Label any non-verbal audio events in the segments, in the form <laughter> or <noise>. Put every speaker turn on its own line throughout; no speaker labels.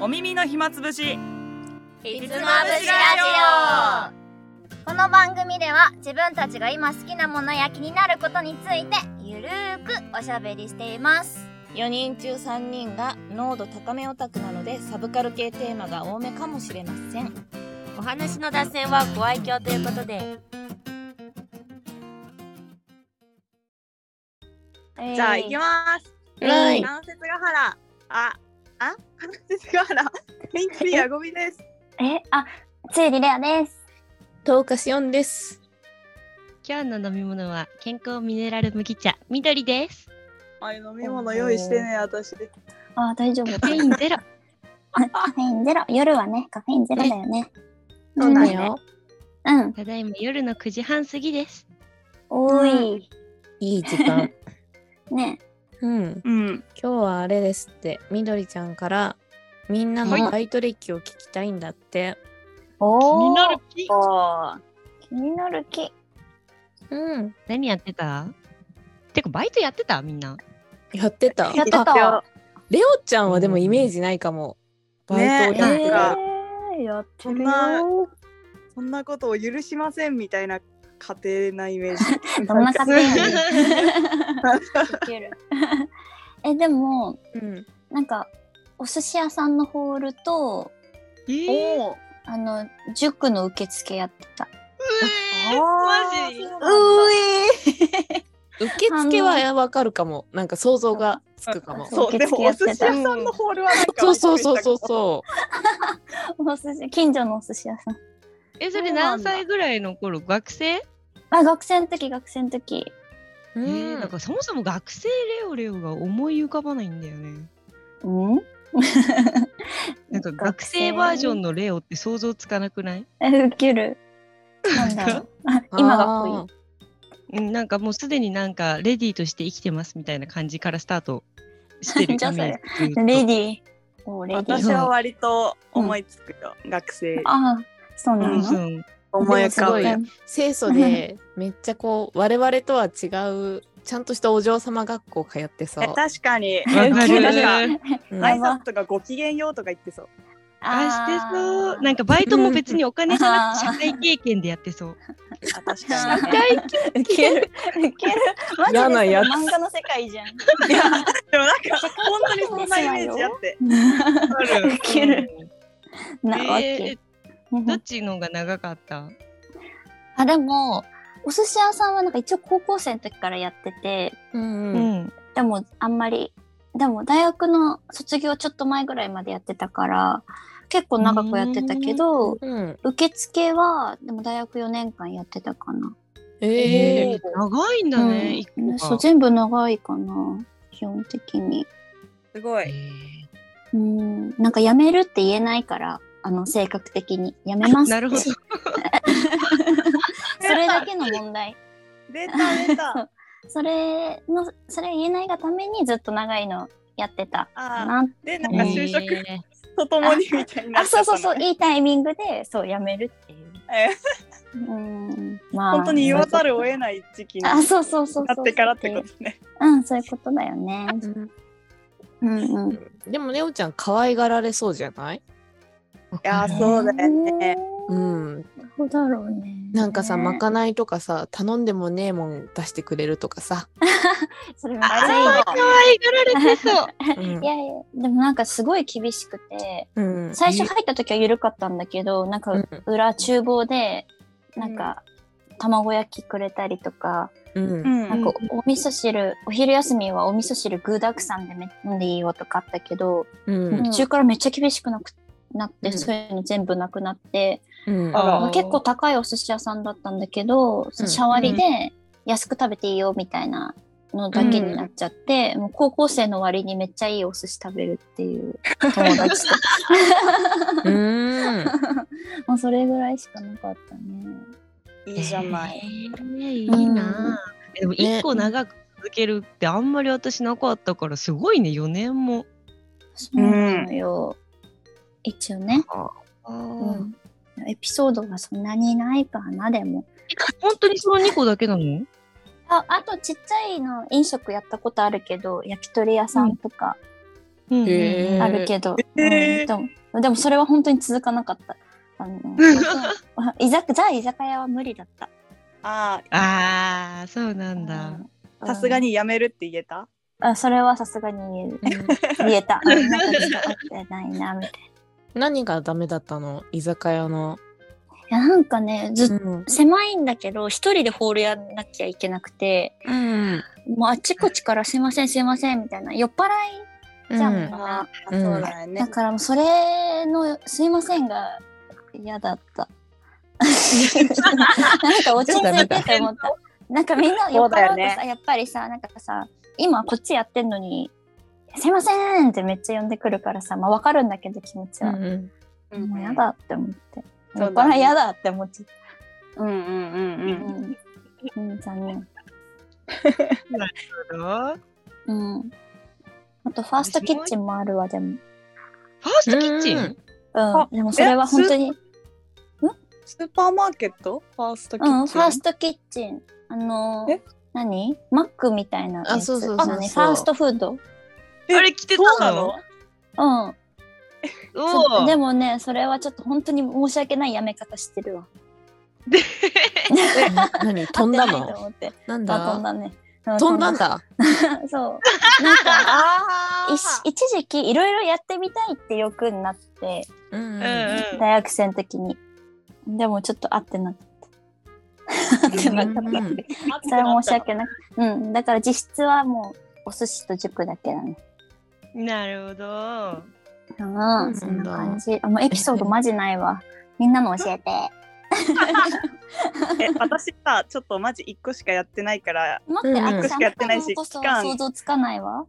お耳の暇つぶし
ひ
つまぶしラこの番組では自分たちが今好きなものや気になることについてゆるーくおしゃべりしています
4人中3人が濃度高めオタクなのでサブカル系テーマが多めかもしれませんお話の脱線はご愛嬌ということで
じゃあ行きます
はい
関節ヶ原ああ関節ヶ原ピンクピアゴミです
えあついりレアです
トーカシオンです。
今日の飲み物は健康ミネラル麦茶緑です。
あ飲み物用意してね私
あ大丈夫
カフェインゼロ。
カフェインゼロ夜はねカフェインゼロだよね
そうだよ。
うん
<laughs> ただいま夜の9時半過ぎです。
おい
いい時間。
ね
うん。
うん
今日はあれですって、みどりちゃんからみんなのバイト歴を聞きたいんだって。
気
お
になる
ーおー気になる気
うん。
何やってたてかバイトやってたみんな。
やってた。
やってた
あレオちゃんはでもイメージないかも。バイトを
ね
やっ
な
て
ん
た
か。
えー、やって
そ
る
んな
よ
そんなことを許しませんみたいな家庭なイメー <laughs> ジ
どんな家庭やねん
いける
<laughs> えでも
うん。
なんかお寿司屋さんのホールと
えー、
<laughs> おお
あの塾の受付やってた。
マジ
う
受付はわかるかも。なんか想像がつくかも。
そ
そう
そうでもお寿司屋さんのホールはなんか
うそうそうそうそう。
お寿司近所のお寿司屋さん。
え、それ何歳ぐらいの頃学生え
あ学生の時学生の時。
う
ー、
ん
なんかそもそも学生レオレオが思い浮かばないんだよね。
うん？
なんか学生バージョンのレオって想像つかなくない
えウケる。なんだろう。あ今がっこいい。
うん、なんかもうすでになんかレディーとして生きてますみたいな感じからスタートして
<laughs>
る
じゃあそれ
イメージずっと
レディー。おレディ
私
ー。
は割と思いつくよ、学生
あそうな
うん
の。
そう
思い浮かぶ
で
よ
も清楚でめっちゃこう我々とは違うちゃんとしたお嬢様学校通ってそう
え。確かに
わかる
<laughs> なんか
うん
挨
はい
拶とかご機嫌ようとか言ってそう
あしてそう。なんかバイトも別にお金じゃなくて社会経験でやってそう。
あ確か
あ
に
ーウケるウケる。マジでそ
嫌な
れ
やつ
漫画の世界 <laughs> じゃん。
いや <laughs> でもなんか本当にそんなイメージあって
ウケる。なわ
え
け。
ーどっちのが長かった
あでもお寿司屋さんはなんか一応高校生の時からやってて
うん
う
うん。
ん。
でもあんまりでも大学の卒業ちょっと前ぐらいまでやってたから結構長くやってたけど
うん。
受付はでも大学4年間やってたかな、
ええ
えー長いんだ
うん
ね、一個が
そう全部長いかな基本的に
すご
え
い
うんなんか辞めるって言えないからあの性格的に辞めま
<laughs>
すって
ーなるほ
<laughs>
ど。
それだけの問題
出た出た
それのそれ言えないがためにずっと長いのやってたか
あ
な
ーでなんか就職
えー
とともにみたいにな
あ
っち
そ
ゃ
う
った
そうそう
ね
いいタイミングでそうやめるっていう。
え
うんまあ
本当に言わざるを
得
得ない時期にな
あそうそうそうそ
っ
う。
てからってことね
うんそういうことだよね。うんうん。い
でもレオちゃん可愛がられそうじゃない？
わ
や
かる
そうだよね。
うん。
どうだろうね。
なんかさま
ま
かないとかさ頼んでもねえもん出してくれるとかさ。
それめっち
あ
ゃいい
れ
よ
可
可愛がられてそう。
うん
いやいやでもなんかすごい厳しくて
うん。
最初入った時は緩かったんだけどなんか
うん
裏厨房でなんか卵焼きくれたりとか
うん。
な
なんかお味噌汁お昼休みはお味噌汁具だくさんでめ飲んでいいよとかあったけど
うん
途中からめっちゃ厳しくなくなって、
うん
そういうの全部なくなって、
うん。
あら
まあ結構高いお寿司屋さんだったんだけど、シャワリで安く食べていいよみたいなのだけになっちゃって、もう高校生の割にめっちゃいいお寿司食べるっていう <laughs> 友達と
うん。
もうそれぐらいしかなかったね。
いいじゃない。
えーいいなあ。でも一個長く続けるってあんまり私なかったからすごいね、4年も。
そうなのよ、一応ね、う
本
んエピソードがそんなにないかなでも。
当にその2個だけなの
ああとちっちゃいの飲食やったことあるけど焼き鳥屋さんとか
うん
へー
あるけど、
へえ
でもでもそれは本当に続かなかった。あの <laughs> 居酒じゃあ居酒屋は無理だった。
あ
ああ、そうなんだ。
あ、さすが
に。
にやめるって言えた。
あそれはさすがに
<laughs>
言える言えた。うんなんかちょっと合ってないなみたいな。い
何がダメだったの居酒屋の。
やなんかねずっと
ん。
狭いんだけど一人でホールやんなきゃいけなくて
うん。
もうあちこちから「すいませんすいません」みたいな酔っ払いじゃん、みんな
あそうだよね。
だからもうそれの「すいません」が嫌だった
<laughs>
なんか落ち着いてて思ったなんかみんな酔っ払うとさ、
そうだよ
やっぱりさなんかさ今こっちやってんのに「すいません」ってめっちゃ呼んでくるからさまあわかるんだけど気持ちは、
うん
うん
も
う
う
ん
嫌だって思って
そうだね
酔っ払い嫌だって思っちゃった
うんうんうんう。
うんん、うん、残念
フ
うん。あと、ファーストキッチンもあるわ、でも。
ァーストキッチン。
うん。でも、それは本当に、
スーパーマーケットファーストキッ
う
チン。
ん、ファーストキッチン。あのー
え
何マックみたいなやつ。
あそうそうそうそう
あのねファーストフード。
え
あれ着てた
そうな
の
の？
うん。
おお。
でもね、それはちょっと本当に申し訳ないやめ方してるわ。
え何飛んだ
合ってないと
の
思って。
なん
あ、飛んだ
だ
ね。
飛んだんだ。
だ。そう。なんか、
あ
いし一時期いろいろやってみたいって欲になって、
う
うんんうん。
大学生の時に。でも、ちょっと合って <laughs> なかった。合ってなかった。それは申し訳なく。うん。だから実質はもう、お寿司と塾だけだね。
なるほど。
うん、そんな感じ。あ、もうエピソードマジないわ。みんなの教えて。
<laughs> え私さちょっとマジ一個しかやってないから
待って、
うん
あきさん
やってないし
こそ
期間
想像つかないわ。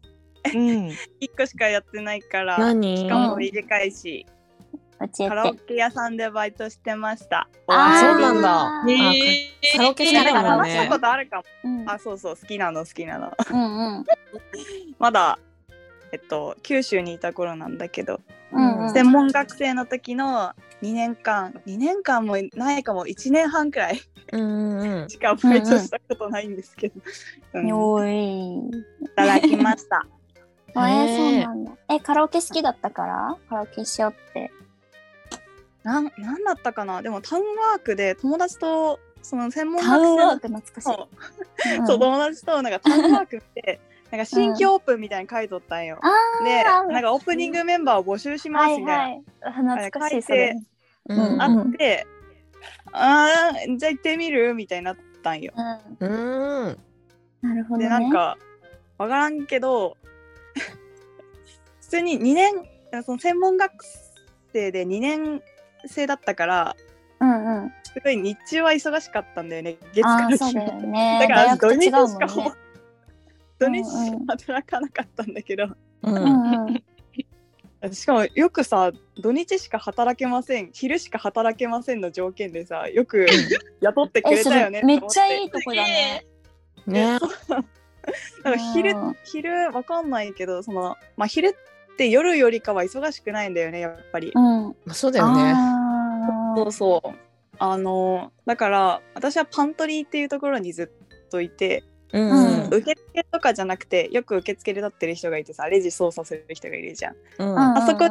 うん。
一個しかやってないから
何
期間も短いし、
教え
カラオ
て。
ケ屋さんでバイトしてました。
あそうなん
だ。
だ
ね
ねえ
カラオケ
好
し
き
て
なの
ないもん
話した
ね
こ。とあるかも。
うん、
あそうそう好きなの好きなの。
うんうん。
まだえっと九州にいた頃なんだけど、
うんうん。
専門学生の時の2年間2年間もないかも1年半くらい <laughs>
うんうん
しかバイトしたことないんですけど、うん
よーい。
いただきました。
あえー
ねえ
そうなんだ。え、カラオケ好きだったからカラオケしようって。
なんなんだったかなでもタウンワークで友達とその専門学
タウ
生
ンワー
の
ク懐かし
そ
い。
う、
ん
そう友達となんかタウンワーク
<laughs>
でなんか新規オープンみたいに書いとったんよ。
あー
でなんかオープニングメンバーを募集しま
は
す
い
みたいな。
はい。あ懐かしい、そ
あれ
れ
書。
う
うん
あ
ん
って、あーじゃあ行ってみるみたいになったんよ。
うん。
うん。
なるほどね。
でなんかわからんけど <laughs> 普通に2年その専門学生で2年生だったから
うんうん。
すごい日中は忙しかったんだよね月
あ
か
ー
ら
そう
金
だよね。
だから土
大学と
日
違
し
う
か
もんね。
土日し
うんう
か
ん
働かなかったんだけど、
う。
うんんうん。
しかもよくさ土日しか働けません昼しか働けませんの条件でさよ
<laughs>
く雇ってく
え、
れ
そ
た
れ
よね
めっちゃい
い
いとこだね。
ね
だから昼
うん
昼わかんないけどその、まあ、昼って夜よりかは忙しくないんだよねやっぱり。
うん。
まあそうだよね。
あ
そうそうあのだから私はパントリーっていうところにずっといて、
うんうん
受付とかじゃなくてよく受付で立ってる人がいてさレジ操作する人がいるじゃん。
うん。
あ
あそこ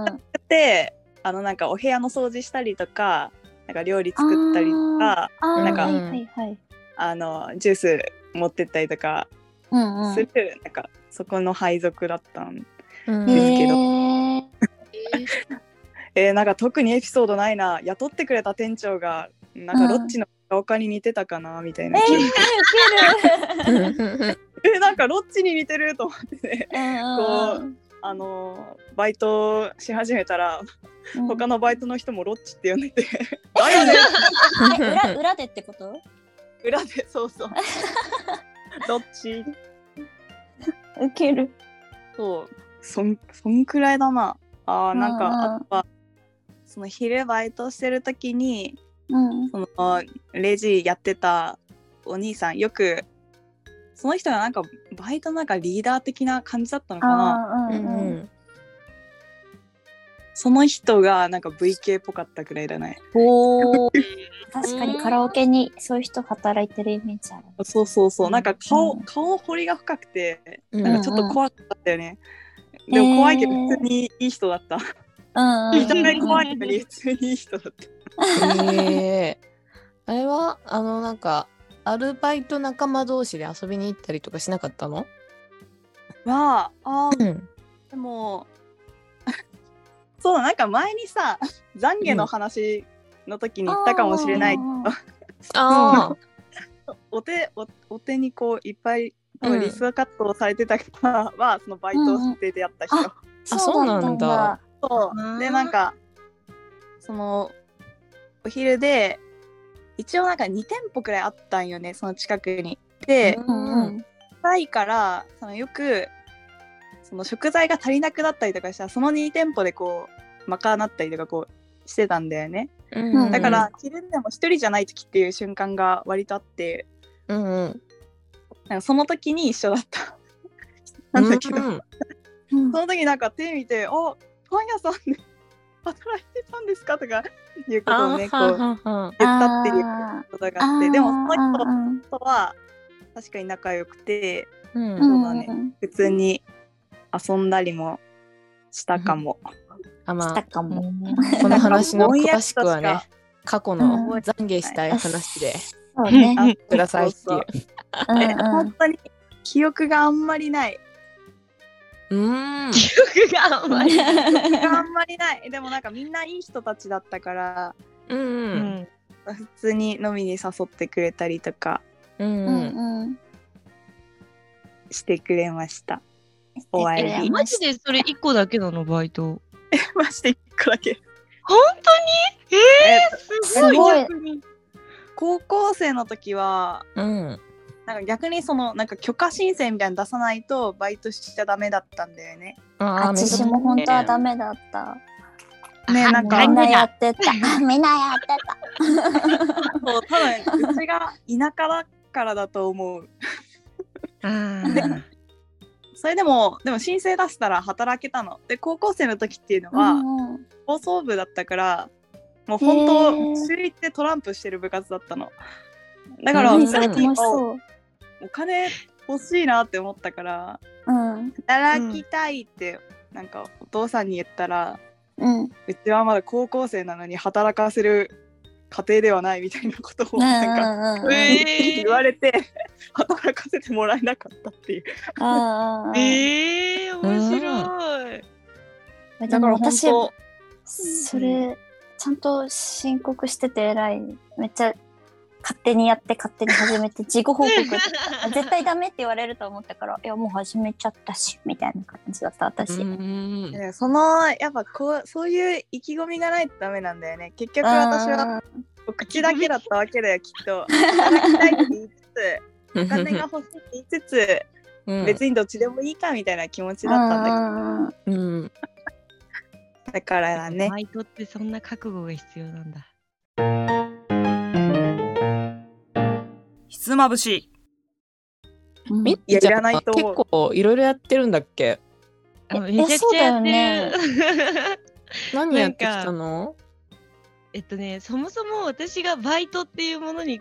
であのなんかお部屋の掃除したりとかなんか料理作ったりとか
あー
なんか
はいはいはい。
あのジュース持ってったりとか
うんうん。
する、なんかそこの配属だったん
うん
ですけど
へー
えーなんか特にエピソードないな雇ってくれた店長がなんか
うん
ロッチの廊下に似てたかなみたいな、
え
え <laughs>
ー、ウケる。
ーなんかロッチに似てると思って <laughs> ね
うんうん
あのーバイトし始めたら
うん
他のバイトの人もロッチって呼ん
<laughs>
でて誰やね
え裏裏でってこと？
ん裏でそう
<laughs>
そうロッチ
ウケる。
そうそんそんくらいだなあーなんか、
うんうん
あとはその昼バイトしてる時に
うん。
そのレジやってたお兄さんよくその人がなんかバイトなんかリーダー的な感じだったのかな
あーうんうん。
その人がなんか VK っぽかったくらいだね
おお。確かにカラオケにそういう人働いてるイメージある。
そうそうそうなんか顔、
うん
顔彫りが深くて
うん
なんかちょっと怖かったよね、でも怖いけど
えー
普通にいい人だった、
うんうん。
見た目怖いのに普通にいい人だった。
ええあれはあのなんかアルバイト仲間同士で遊びに行ったりとかしなかったの？
まあ、あー
うん。
でも、 <laughs> そうだ、なんか前にさ、懺悔の話の時に言ったかもしれないけど、
あ
お手おお手にこういっぱい多
う
分
ん
リストカットをされてた方は、そのバイトで出会った人、
うんうん
あそうなんだ。
そうでなんかそのお昼で一応なんか2店舗くらいあったんよねその近くに。で
う、
うんうんん。
近いからそのよくその食材が足りなくなったりとかしたらその2店舗でこう賄ったりとかこうしてたんだよね。
うんうん。
だから昼でも1人じゃない時っていう瞬間が割とあって
うんうん。
なんかその時に一緒だった。なんだけど、
うんうん
うん
その時なんか手見て「おパン屋さんで働いてたんですか?」とかいうことを
あー
ねこ
は
うん
はんは
言
ん
ったっていう
あ
ことが
ー
あってでも
あ
そ
ー
の人
あー
とは確かに仲良くて
うん
そ
ん
うだね普通に遊んだりもしたかも。
あま
し
あ
たかも。
この話の詳しくは
ぼんや
ね
りとし
過去の懺悔したい話で
そうね。
うん
くださいっていう。
うん
え本当に記憶があんまりない。
うん。
記憶が甘い。
記憶があんまりない。でもなんかみんないい人たちだったから、
うん
う
うん。
ん
普通に飲みに誘ってくれたりとか
うん
う
うん。
んうん。
してくれました。お会い
えマジでそれ一個だけなのバイト。
まして一個だけ。
本当に？えー、すごい
すごい
逆に
<laughs> 高校生の時は
うん。
なんか逆にそのなんか許可申請みたいなの出さないとバイトしちゃダメだったんだよね。
あーめっ
私
ちゃ
も本当はダメだった。
ね
あ
なんか
み
ダ
んな
メ
や
だ
ってた。みんなやってた。
そう多分うちが田舎だからだと思う。
あー
それでもでも申請出したら働けたの。で高校生の時っていうのは
うんうん
放送部だったからもう
へ
本当
ー
週一でトランプしてる部活だったの。だから
うん
それ
楽し
も
そう。
お金欲しいなって思ったから
うん。
働きたいってなんかお父さんに言ったら
うん。
うちはまだ高校生なのに働かせる家庭ではないみたいなことをなんか
うんうんうん
え
言われて働かせてもらえなかったっていう
うんうんうん
えー、面白い。
でも私
だから本
それちゃんと申告してて偉いめっちゃ勝手にやって勝手に始めて事後報告絶対ダメって言われると思ったからいやもう始めちゃったしみたいな感じだった私、
うん
当ねそのやっぱこうそういう意気込みがないとダメなんだよね結局私は
は
お口だけだったわけだよきっと働きたいって言いつつ
う
お金が欲しいって言いつつ、
ん
別にどっちでもいいかみたいな気持ちだったんだけど、
だ
うん
だからね
バイトってそんな覚悟が必要なんだ。
ひつまぶし
けど、うん
みっ
いや
ち
い
ゃ
ら
ん
な
はい
と
結
思う
構いろいろやってるんだっけ
あ
え
めちゃくちゃやって
え
る。
何やってきたの
<laughs> えっとね、そもそも私がバイトっていうものに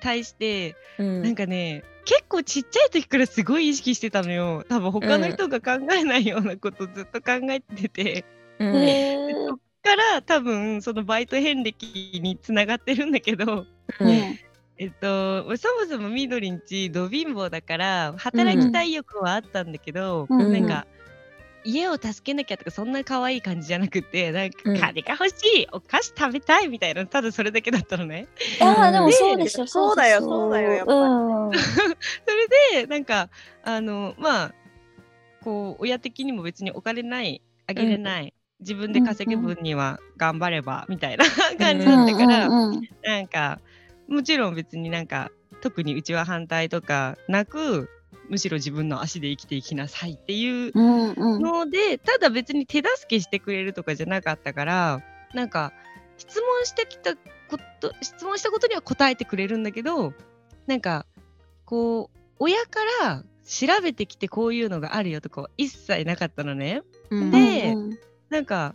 対して、
うん
なんかね、結構ちっちゃい時からすごい意識してたのよ。多分他の人が考えないようなことずっと考えてて。
うん
へー
そっから多分そのバイト遍歴につながってるんだけど、
うん
えっと、俺そもそもみどりんちど貧乏だから働きたい欲はあったんだけど、
うん
うん
なんか、家を助けなきゃとかそんな可愛い感じじゃなくてなんか
うん
金が欲しい、お菓子食べたいみたいなただそれだけだったのね。
いやーでもそうでしょ
ねそうだよそうだよやっぱり
うん
それでなんかあのまあこう親的にも別にお金ないあげれない、自分で稼ぐ分には頑張ればみたいな感じだったから、
うんうん
なんかもちろん別になんか特にうちは反対とかなくむしろ自分の足で生きていきなさいっていう
うんうん
のでただ別に手助けしてくれるとかじゃなかったからなんか質問してきたこと質問したことには答えてくれるんだけどなんかこう親から調べてきてこういうのがあるよとかは一切なかったのね。
うん
で
うん
なんか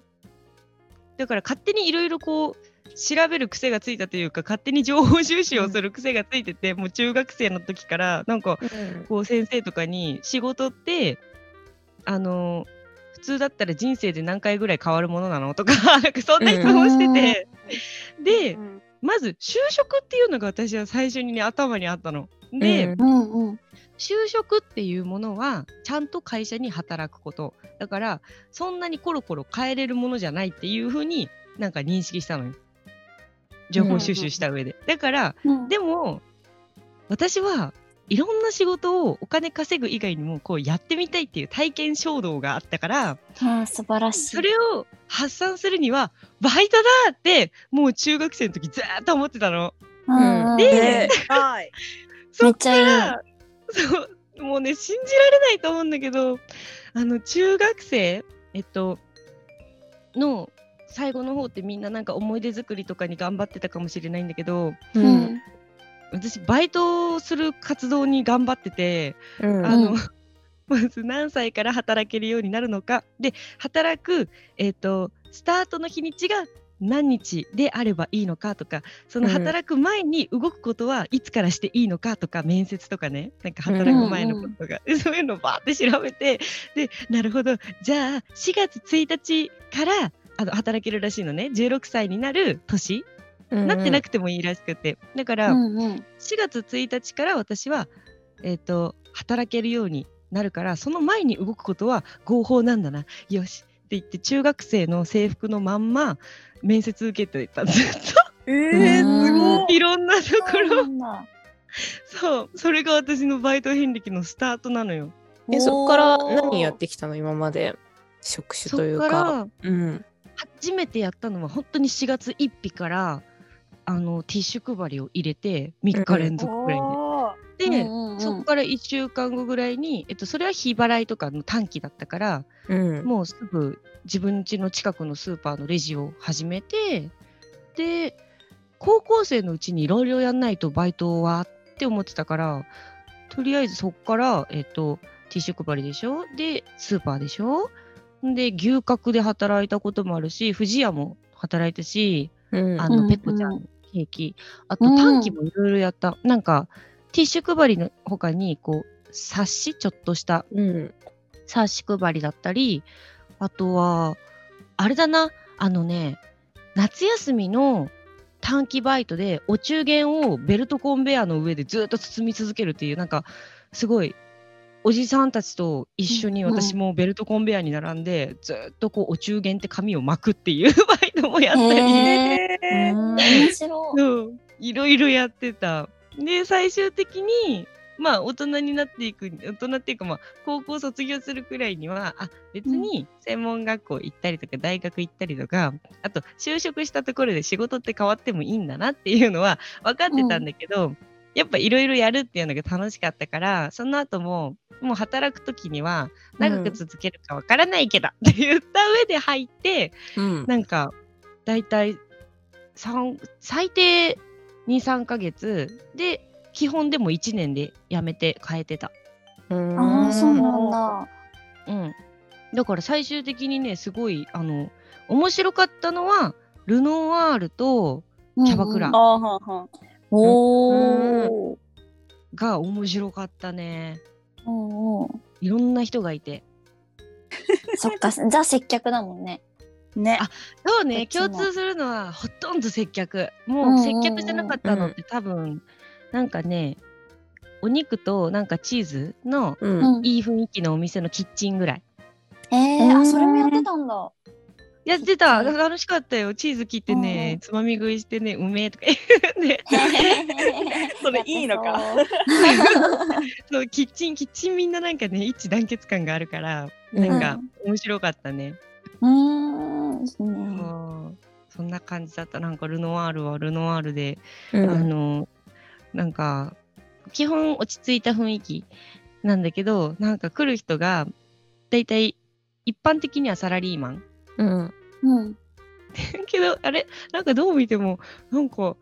だから勝手にいろいろこう調べる癖がついたというか勝手に情報収集をする癖がついてて、もう中学生の時からなんかこう先生とかに仕事ってあの普通だったら人生で何回ぐらい変わるものなのとか <laughs> なんかそんな質問してて、で
うん
まず就職っていうのが私は最初にね頭にあったの。で、
うん
うんうん。
就職っていうものはちゃんと会社に働くことだからそんなにコロコロ変えれるものじゃないっていうふうになんか認識したのよ情報収集した上で、だから
うん、
でも私はいろんな仕事をお金稼ぐ以外にもこうやってみたいっていう体験衝動があったから
ああ素晴らしい。
それを発散するにはバイトだってもう中学生の時ずーっと思ってたの。
うんうん、
でかい。
そ
めっ
っ
ちゃいい
からそうもうね信じられないと思うんだけどあの中学生えっとの最後の方ってみんななんか思い出作りとかに頑張ってたかもしれないんだけど
う
う
んん
私バイトをする活動に頑張ってて、
うん
あの <laughs> まず何歳から働けるようになるのかで働く、えっとスタートの日にちが何日であればいいのかとかその
うん
働く前に動くことはいつからしていいのかとか面接とかねなんか働く前のことが、 <laughs> そういうのをバーって調べてでなるほどじゃあ4月1日からあの働けるらしいのね16歳になる年、
うん
なってなくてもいいらしくてだから、
うんうん
4月1日から私は、えー、と働けるようになるからその前に動くことは合法なんだなよしって言って中学生の制服のまんま面接受けてたずっ
<laughs>
ええ
うん
すご
と
い。
いろんなとこ
そうな
ろ
んだ
そうそれが私のバイト遍歴のスタートなのよ
えそこから何やってきたの今まで職種
そ
とい
っ
う
か
からうん
初めてやったのは本当に4月1日からあのティッシュ配りを入れて3日連続くらい
おー
で、
うん
で
うん
そこから1週間後ぐらいに、えっと、それは日払いとかの短期だったから
うん
もうすぐ自分家の近くのスーパーのレジを始めてで高校生のうちにいろいろやんないとバイトはって思ってたからとりあえずそっから、えっとティッシュ配りでしょでスーパーでしょで牛角で働いたこともあるし不二家も働いたし
うん
あ
うんう
の
ん
ペコちゃんのケーキ、あと短期もいろいろやった、なんかティッシュ配りの他にこう冊子ちょっとした
うん
冊子配りだったりあとはあれだなあのね夏休みの短期バイトでお中元をベルトコンベアの上でずっと包み続けるっていうなんかすごいおじさんたちと一緒に
うん
私もベルトコンベアに並んでずっとこうお中元って紙を巻くっていう <laughs> バイトもやったり、
へ
え
う
え
ん面白い
うんいろいろやってた。で最終的にまあ大人になっていく大人っていうかまあ高校卒業するくらいにはあ別に専門学校行ったりとか大学行ったりとかあと就職したところで仕事って変わってもいいんだなっていうのは分かってたんだけど、やっぱいろいろやるっていうのが楽しかったからその後ももう働く時には長く続けるか分からないけど、って言った上で入って、
うん
なんか大体三最低23ヶ月で基本でも1年で辞めて変えてた、
うん
ああそうなんだ
うん、だから最終的にねすごいあの面白かったのはルノワールとキャバクラ
うんうん
あーはんはん。
おお
が面白かったね
おお
いろんな人がいて
そっかザ接客だもんね
ね。
あそうね
どっちも
共通するのはほとんど接客もう接客じゃなかったのって多分なんかねお肉となんかチーズの
うん
うん
いい雰囲気のお店のキッチンぐらい。
ええあそれもやってたんだ
やってた。楽しかったよ。チーズ切って
うんうん。
ね、つまみ食いしてね、うめえとか <laughs> 言うね
そ
それいいのか
そう、キッチン、キッチンみんななんかね、一致団結感があるから、
うん
なんか面白かったね。
うーんいいね
そうそんな感じだった。なんかルノワールはルノワールで、
う
あ
ん
の、なんか、基本落ち着いた雰囲気なんだけど、なんか来る人が、だいたい一般的にはサラリーマン。
うん
うん
けど、あれ、なんかどう見ても、なんか、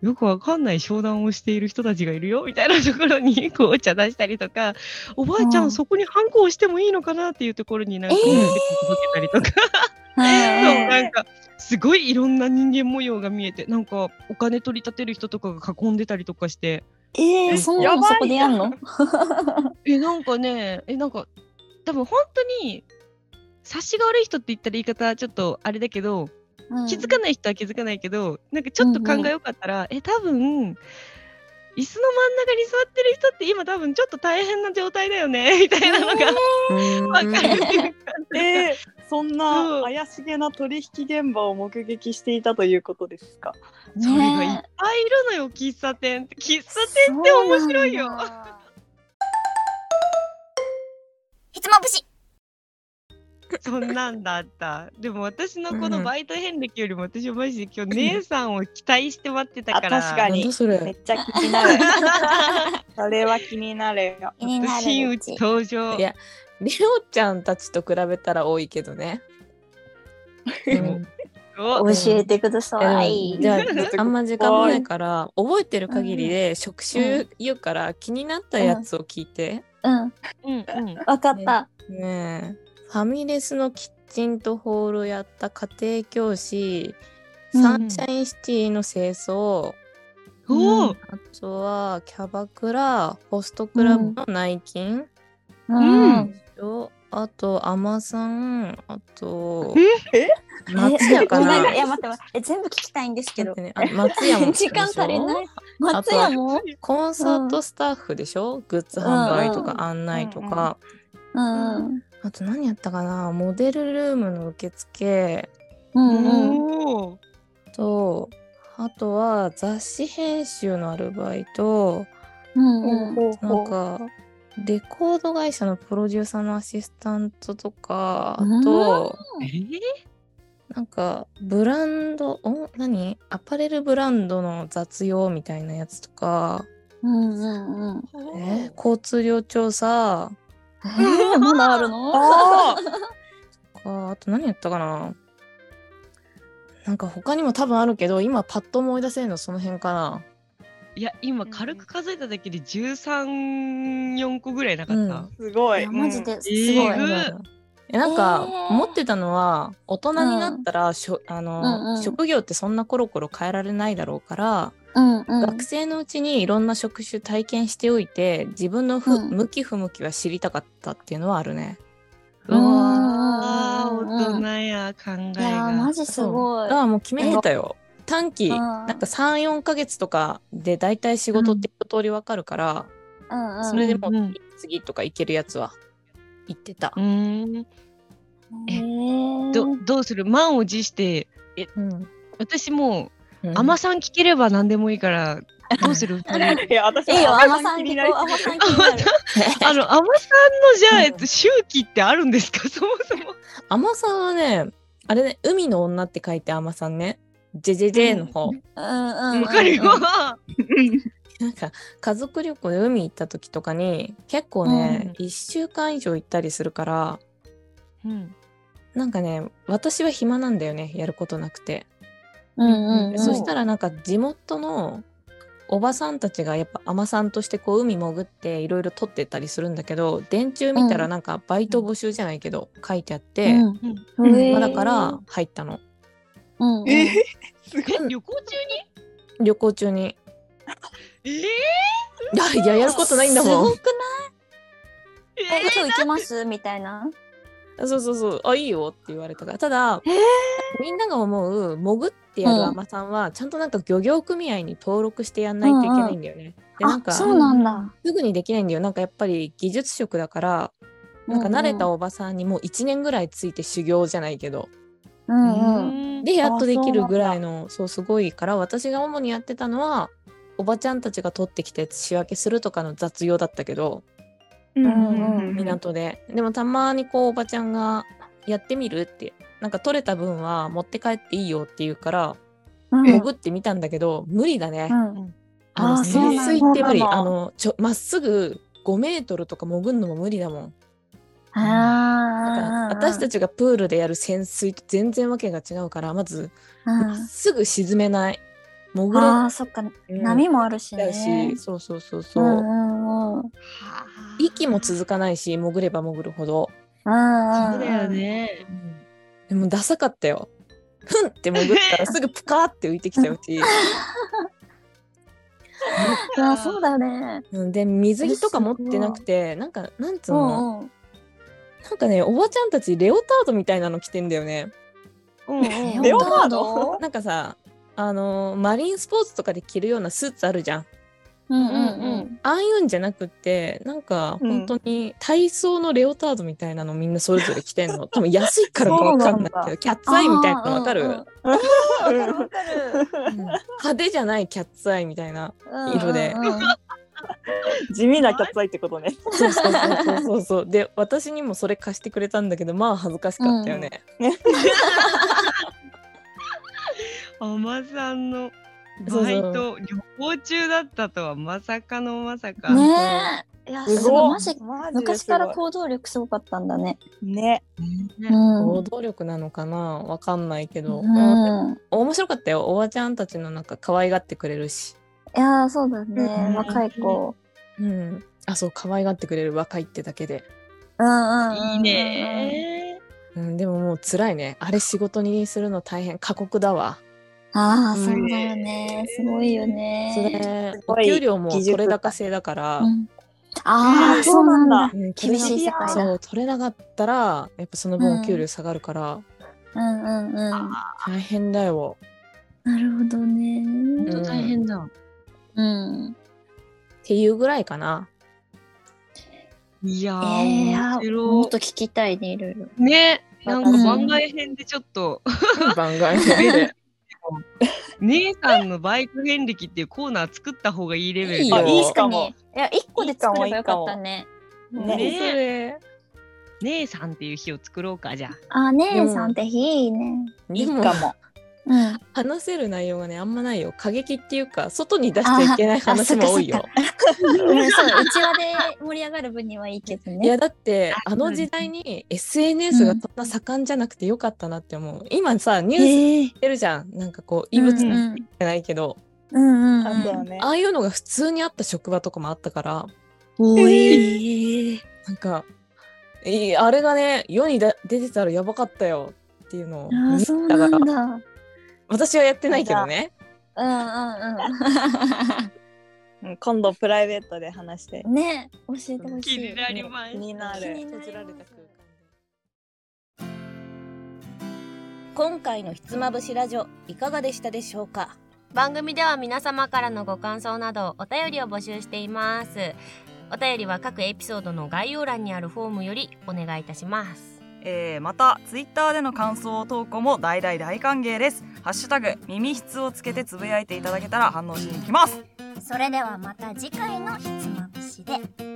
よくわかんない商談をしている人たちがいるよみたいなところにこうお茶出したりと
<laughs>
か、おばあちゃん、
うん
そこにハンコをしてもいいのかなっていうところになんか、
えー
届けたりとか、
えー
そうなんか、すごいいろんな人間模様が見えて、なんか、お金取り立てる人とかが囲んでたりとかして、
えー、そんな
や
の
ばい
そこでや
<laughs>
んの
え、なんかね、え、なんか、多分本当に、察しが悪い人って言ったら言い方ちょっとあれだけど、
うん
気づかない人は気づかないけどなんかちょっと
うんうん
考えよかったら、え多分椅子の真ん中に座ってる人って今多分ちょっと大変な状態だよね <laughs> みたいなのが分かるっていうか
えー、そん
そう
な怪しげな取引現場を目撃していたということですか。
それがいっ
ね
ぱいいるのよ喫茶店って喫茶
え
店って面白いよ
そうなんだ
ひつまぶし
そんなんだったでも私のこ
うんう
の
ん
バイト遍歴よりも私はマジで今日姉さんを期待して待ってたから
あ確か
なんだそ
め
れ
っちゃ気に <laughs> なる。それは気になるよ。
気にな
真
る
打
う
ち
ち。
登場
いやりょうちゃんたちと比べたら多いけどね
でも
うん
教
お
えてください。
じゃああんま時間もないから覚えてる限りで職種言うから気になったやつを聞いて、
うん、
うんうん
わかった。
ねえファミレスのキッチンとホールやった家庭教師
うん
サンシャインシティの清掃、
おー
あとはキャバクラホストクラブの内勤、
う
うん
ん。
とあとアマさんあと
え
松屋かな
えいや、待って待って。え全部聞きたいんですけ
待
ど
って。ねあ松屋
<laughs>
も
時間足りない。
あ
松
と
屋も。
コンサートスタッフでしょ、グッズ販売と
う
か案内とか、
うん。
あと何やったかなモデルルームの受付
うん。うん。
おー
とあとは雑誌編集のアルバイト
うん。うん。
ほう
なん
ほう
かレコード会社のプロデューサーのアシスタントとか
うん
あと
えー
なんかブランドお何アパレルブランドの雑用みたいなやつとか、
うん。うん。
えー交通量調査
えー、まだあるの。
あー
とかあと何やったかななんか他にも多分あるけど今パッと思い出せるのその辺かない
や今軽く数えただけで134個ぐらいなか
う
っ
ん
た、
すご
い
い。
やマジ
うん。
ですご
え
い。
ぐ
あるあるえなんか、
えー
持ってたのは大人になったら、しょあの
うんうん
職業ってそんなコロコロ変えられないだろうから、
うん。うん
学。生のうちにいろんな職種体験しておいて自分のふ、
うん
向き不向きは知りたかったっていうのはあるね。
うわ
うん
ー大人や考え
いや
が
ー、マジすごい
だか。らもう決めてたよ。短期
うん
なんか34ヶ月とかで大体仕事って一通りわかるから、
うん。うん。
それでも
うんう
うん次とか行けるやつは行ってた
う。ーん
えー
どどうする満を持して
うん
私も
う
うん海女さん聞ければ何でもいいからどうするあ
いや、私
い
はい
よ、
あ
あ
んま
ま
り
さん
気
聞
になり
こう、あまさん気になる。
の海女さんのじゃあ、
うん
えっと、周期ってあるんですか <laughs> そもそも
甘さんはねあれね海の女って書いて甘さんねジェジェジェの
う
方、
んうん。
わかるよ、
なんか家族旅行で海行った時とかに結構ね、1週間以上行ったりするから
うん
なんかね私は暇なんだよねやることなくて、
うんうんうん。
そしたらなんか地元のおばさんたちがやっぱ海さんとしてこう海潜っていろいろ撮ってたりするんだけど電柱見たらなんかバイト募集じゃないけど書いてあって、
うん
うん
まあだから、入ったの
うんうん。
えー、すごい。
え旅行中
旅行中に <laughs>
にえ
いやいややることないんだもん
すごくない
ー、え
今日行きますみたいな。
<laughs> そうそうそう、あ、いいよって言われたから、ただ、
えー
みんなが思う、潜ってやる海女さんは、ちゃんとなんか漁業組合に登録してやんないといけないんだよね。で、なん
あ、
か、
そうなんだ。
すぐにできないんだよ。なんかやっぱり技術職だから、なんか慣れたおばさんにもう1年ぐらいついて修行じゃないけど、
うんうん。
ー、
で、やっとできるぐらいの、そう、すごいから、私が主にやってたのは、おばちゃんたちが取ってきて仕分けするとかの雑用だったけど、
うんうん
港で、でもたまにこうおばちゃんが「やってみる?」ってなんか取れた分は持って帰っていいよって言うから
うん
潜ってみたんだけど無理だね、
うん
あの
あーそう
潜
なんだ
水って無理
そうなの
あのちょまっすぐ5メートルとか潜るのも無理だもんだから
ああ。
私た
ち、
ちがプールでやる潜水と全然わけが違うからまずまっすぐ沈めない潜れ
ああ、そっか。
うん
波もあるし
だ
ね
し。そうそうそう
う
そう、
んうんうん。うんうん
息も続かないし潜れば潜るほど。
そうだよ
うん。
ね
でもダサかったよ。ふんって潜った
<laughs>
らすぐプカーって浮いてきちゃうし。
いや、そうだね。
うんで水着とか持ってなくてなんかなんつう
う
の
んうん。
なんかねおばちゃんたちレオタードみたいなの着てんだよね
うんうん
え
レオタード
なんかさあのーマリンスポーツとかで着るようなスーツあるじゃん
うんうん
ああいうんじゃなくってなんか
うん
本当に体操のレオタードみたいなのみんなそれぞれ着てん
<laughs>
の多分安いからかわかんない
そうなん
け
だ
どキャッツ
うん。
アイみたいなのわかる、
うんうんう
<laughs> う
ん
ん
かる。
うん派手じゃないキャッツアイみたいな色で
うんうんうん
地味なキャッツアイってことね。
そうそうそうそうそうそうで私にもそれ貸してくれたんだけどまあ恥ずかしかったよね、
あまさんの
そうそう
バイト旅行中だったとはまさかのまさか。
ねえ。いや、
す
す
ご
ご
い
い。マ
マジ
ジ
ですごい
昔から行動力すごかったんだね。
ね。
う
ね
ん。
行動力なのかなわかんないけど、
うん
面白かったよおばちゃんたちのなんか可愛がってくれるし、
いやーそうだ
うん
ね。若い子。
うん、あそう可愛がってくれる若いってだけで、
うんうんうんうんうん。
いいね。
うん、でももう辛いねあれ仕事にするの大変過酷だわ
ああ、そうだよね。すごいよね。
それ
す
お
ごい
給料も
技術
取れ高制だから、
うんあ
えー
あ、そうなんだ。
うん取
厳
れな
しい世界
そ
だ。
う取れなかったらやっぱその分
うん
お給料下がるから
うんうんうん。な
大変だよ、
るほど
本
ね。
当大変だ。
うん。
っていうぐらいかない
やー、
ええ
面、
もっ
白
と聞きたいね、いろいろ。
い。ね、なんか
うん
番外編でちょっと、
番外編で
姉さんのバイク遍歴っていうコーナー作った方がいいレベル
いい
あ
よ
よ。
いいかも。
いや、一個で作ればよかったね。
ね
何それ
姉さんっていう日を作ろうか、じゃあ。
あ、姉さんって日いいね。
いい
でも
かも。
うん。
話せる内容がねあんまないよ過激っていうか外に出しちゃいけない話も多い
あ
よ
そっ。うんそう、うちわで盛り上がる分にはいいけど
いや
ね。
だってあの時代に SNS がそんな盛んじゃなくてよかったなって思う、今さニュース
ええ。
してるじゃん、なんかこう異
う
物
んう
じ
ん
ゃないけど、
うん
あったよ
うん。
ね。
ああいうのが普通にあった職場とかもあったから
お
えなんか、えーあれがね世にだ出てたらやばかったよっていうの
ああ、
を見
そ
た
う
か
な
ら
んだ。
私はやってないけどね
うん
うん今度プライベートで話して
うんうん。ね、教えてほしい。
気になりま
気
す。
にな
気
る。
になります
今回のひつまぶしラジオいかがでしたでしょうか
番組では皆様からのご感想などお便りを募集していますお便りは各エピソードの概要欄にあるフォームよりお願いいたします
えーまたツイッターでの感想投稿も大大大歓迎ですハッシュタグ耳質をつけてつぶやいていただけたら反応しに行きます
それではまた次回のひつまぶしで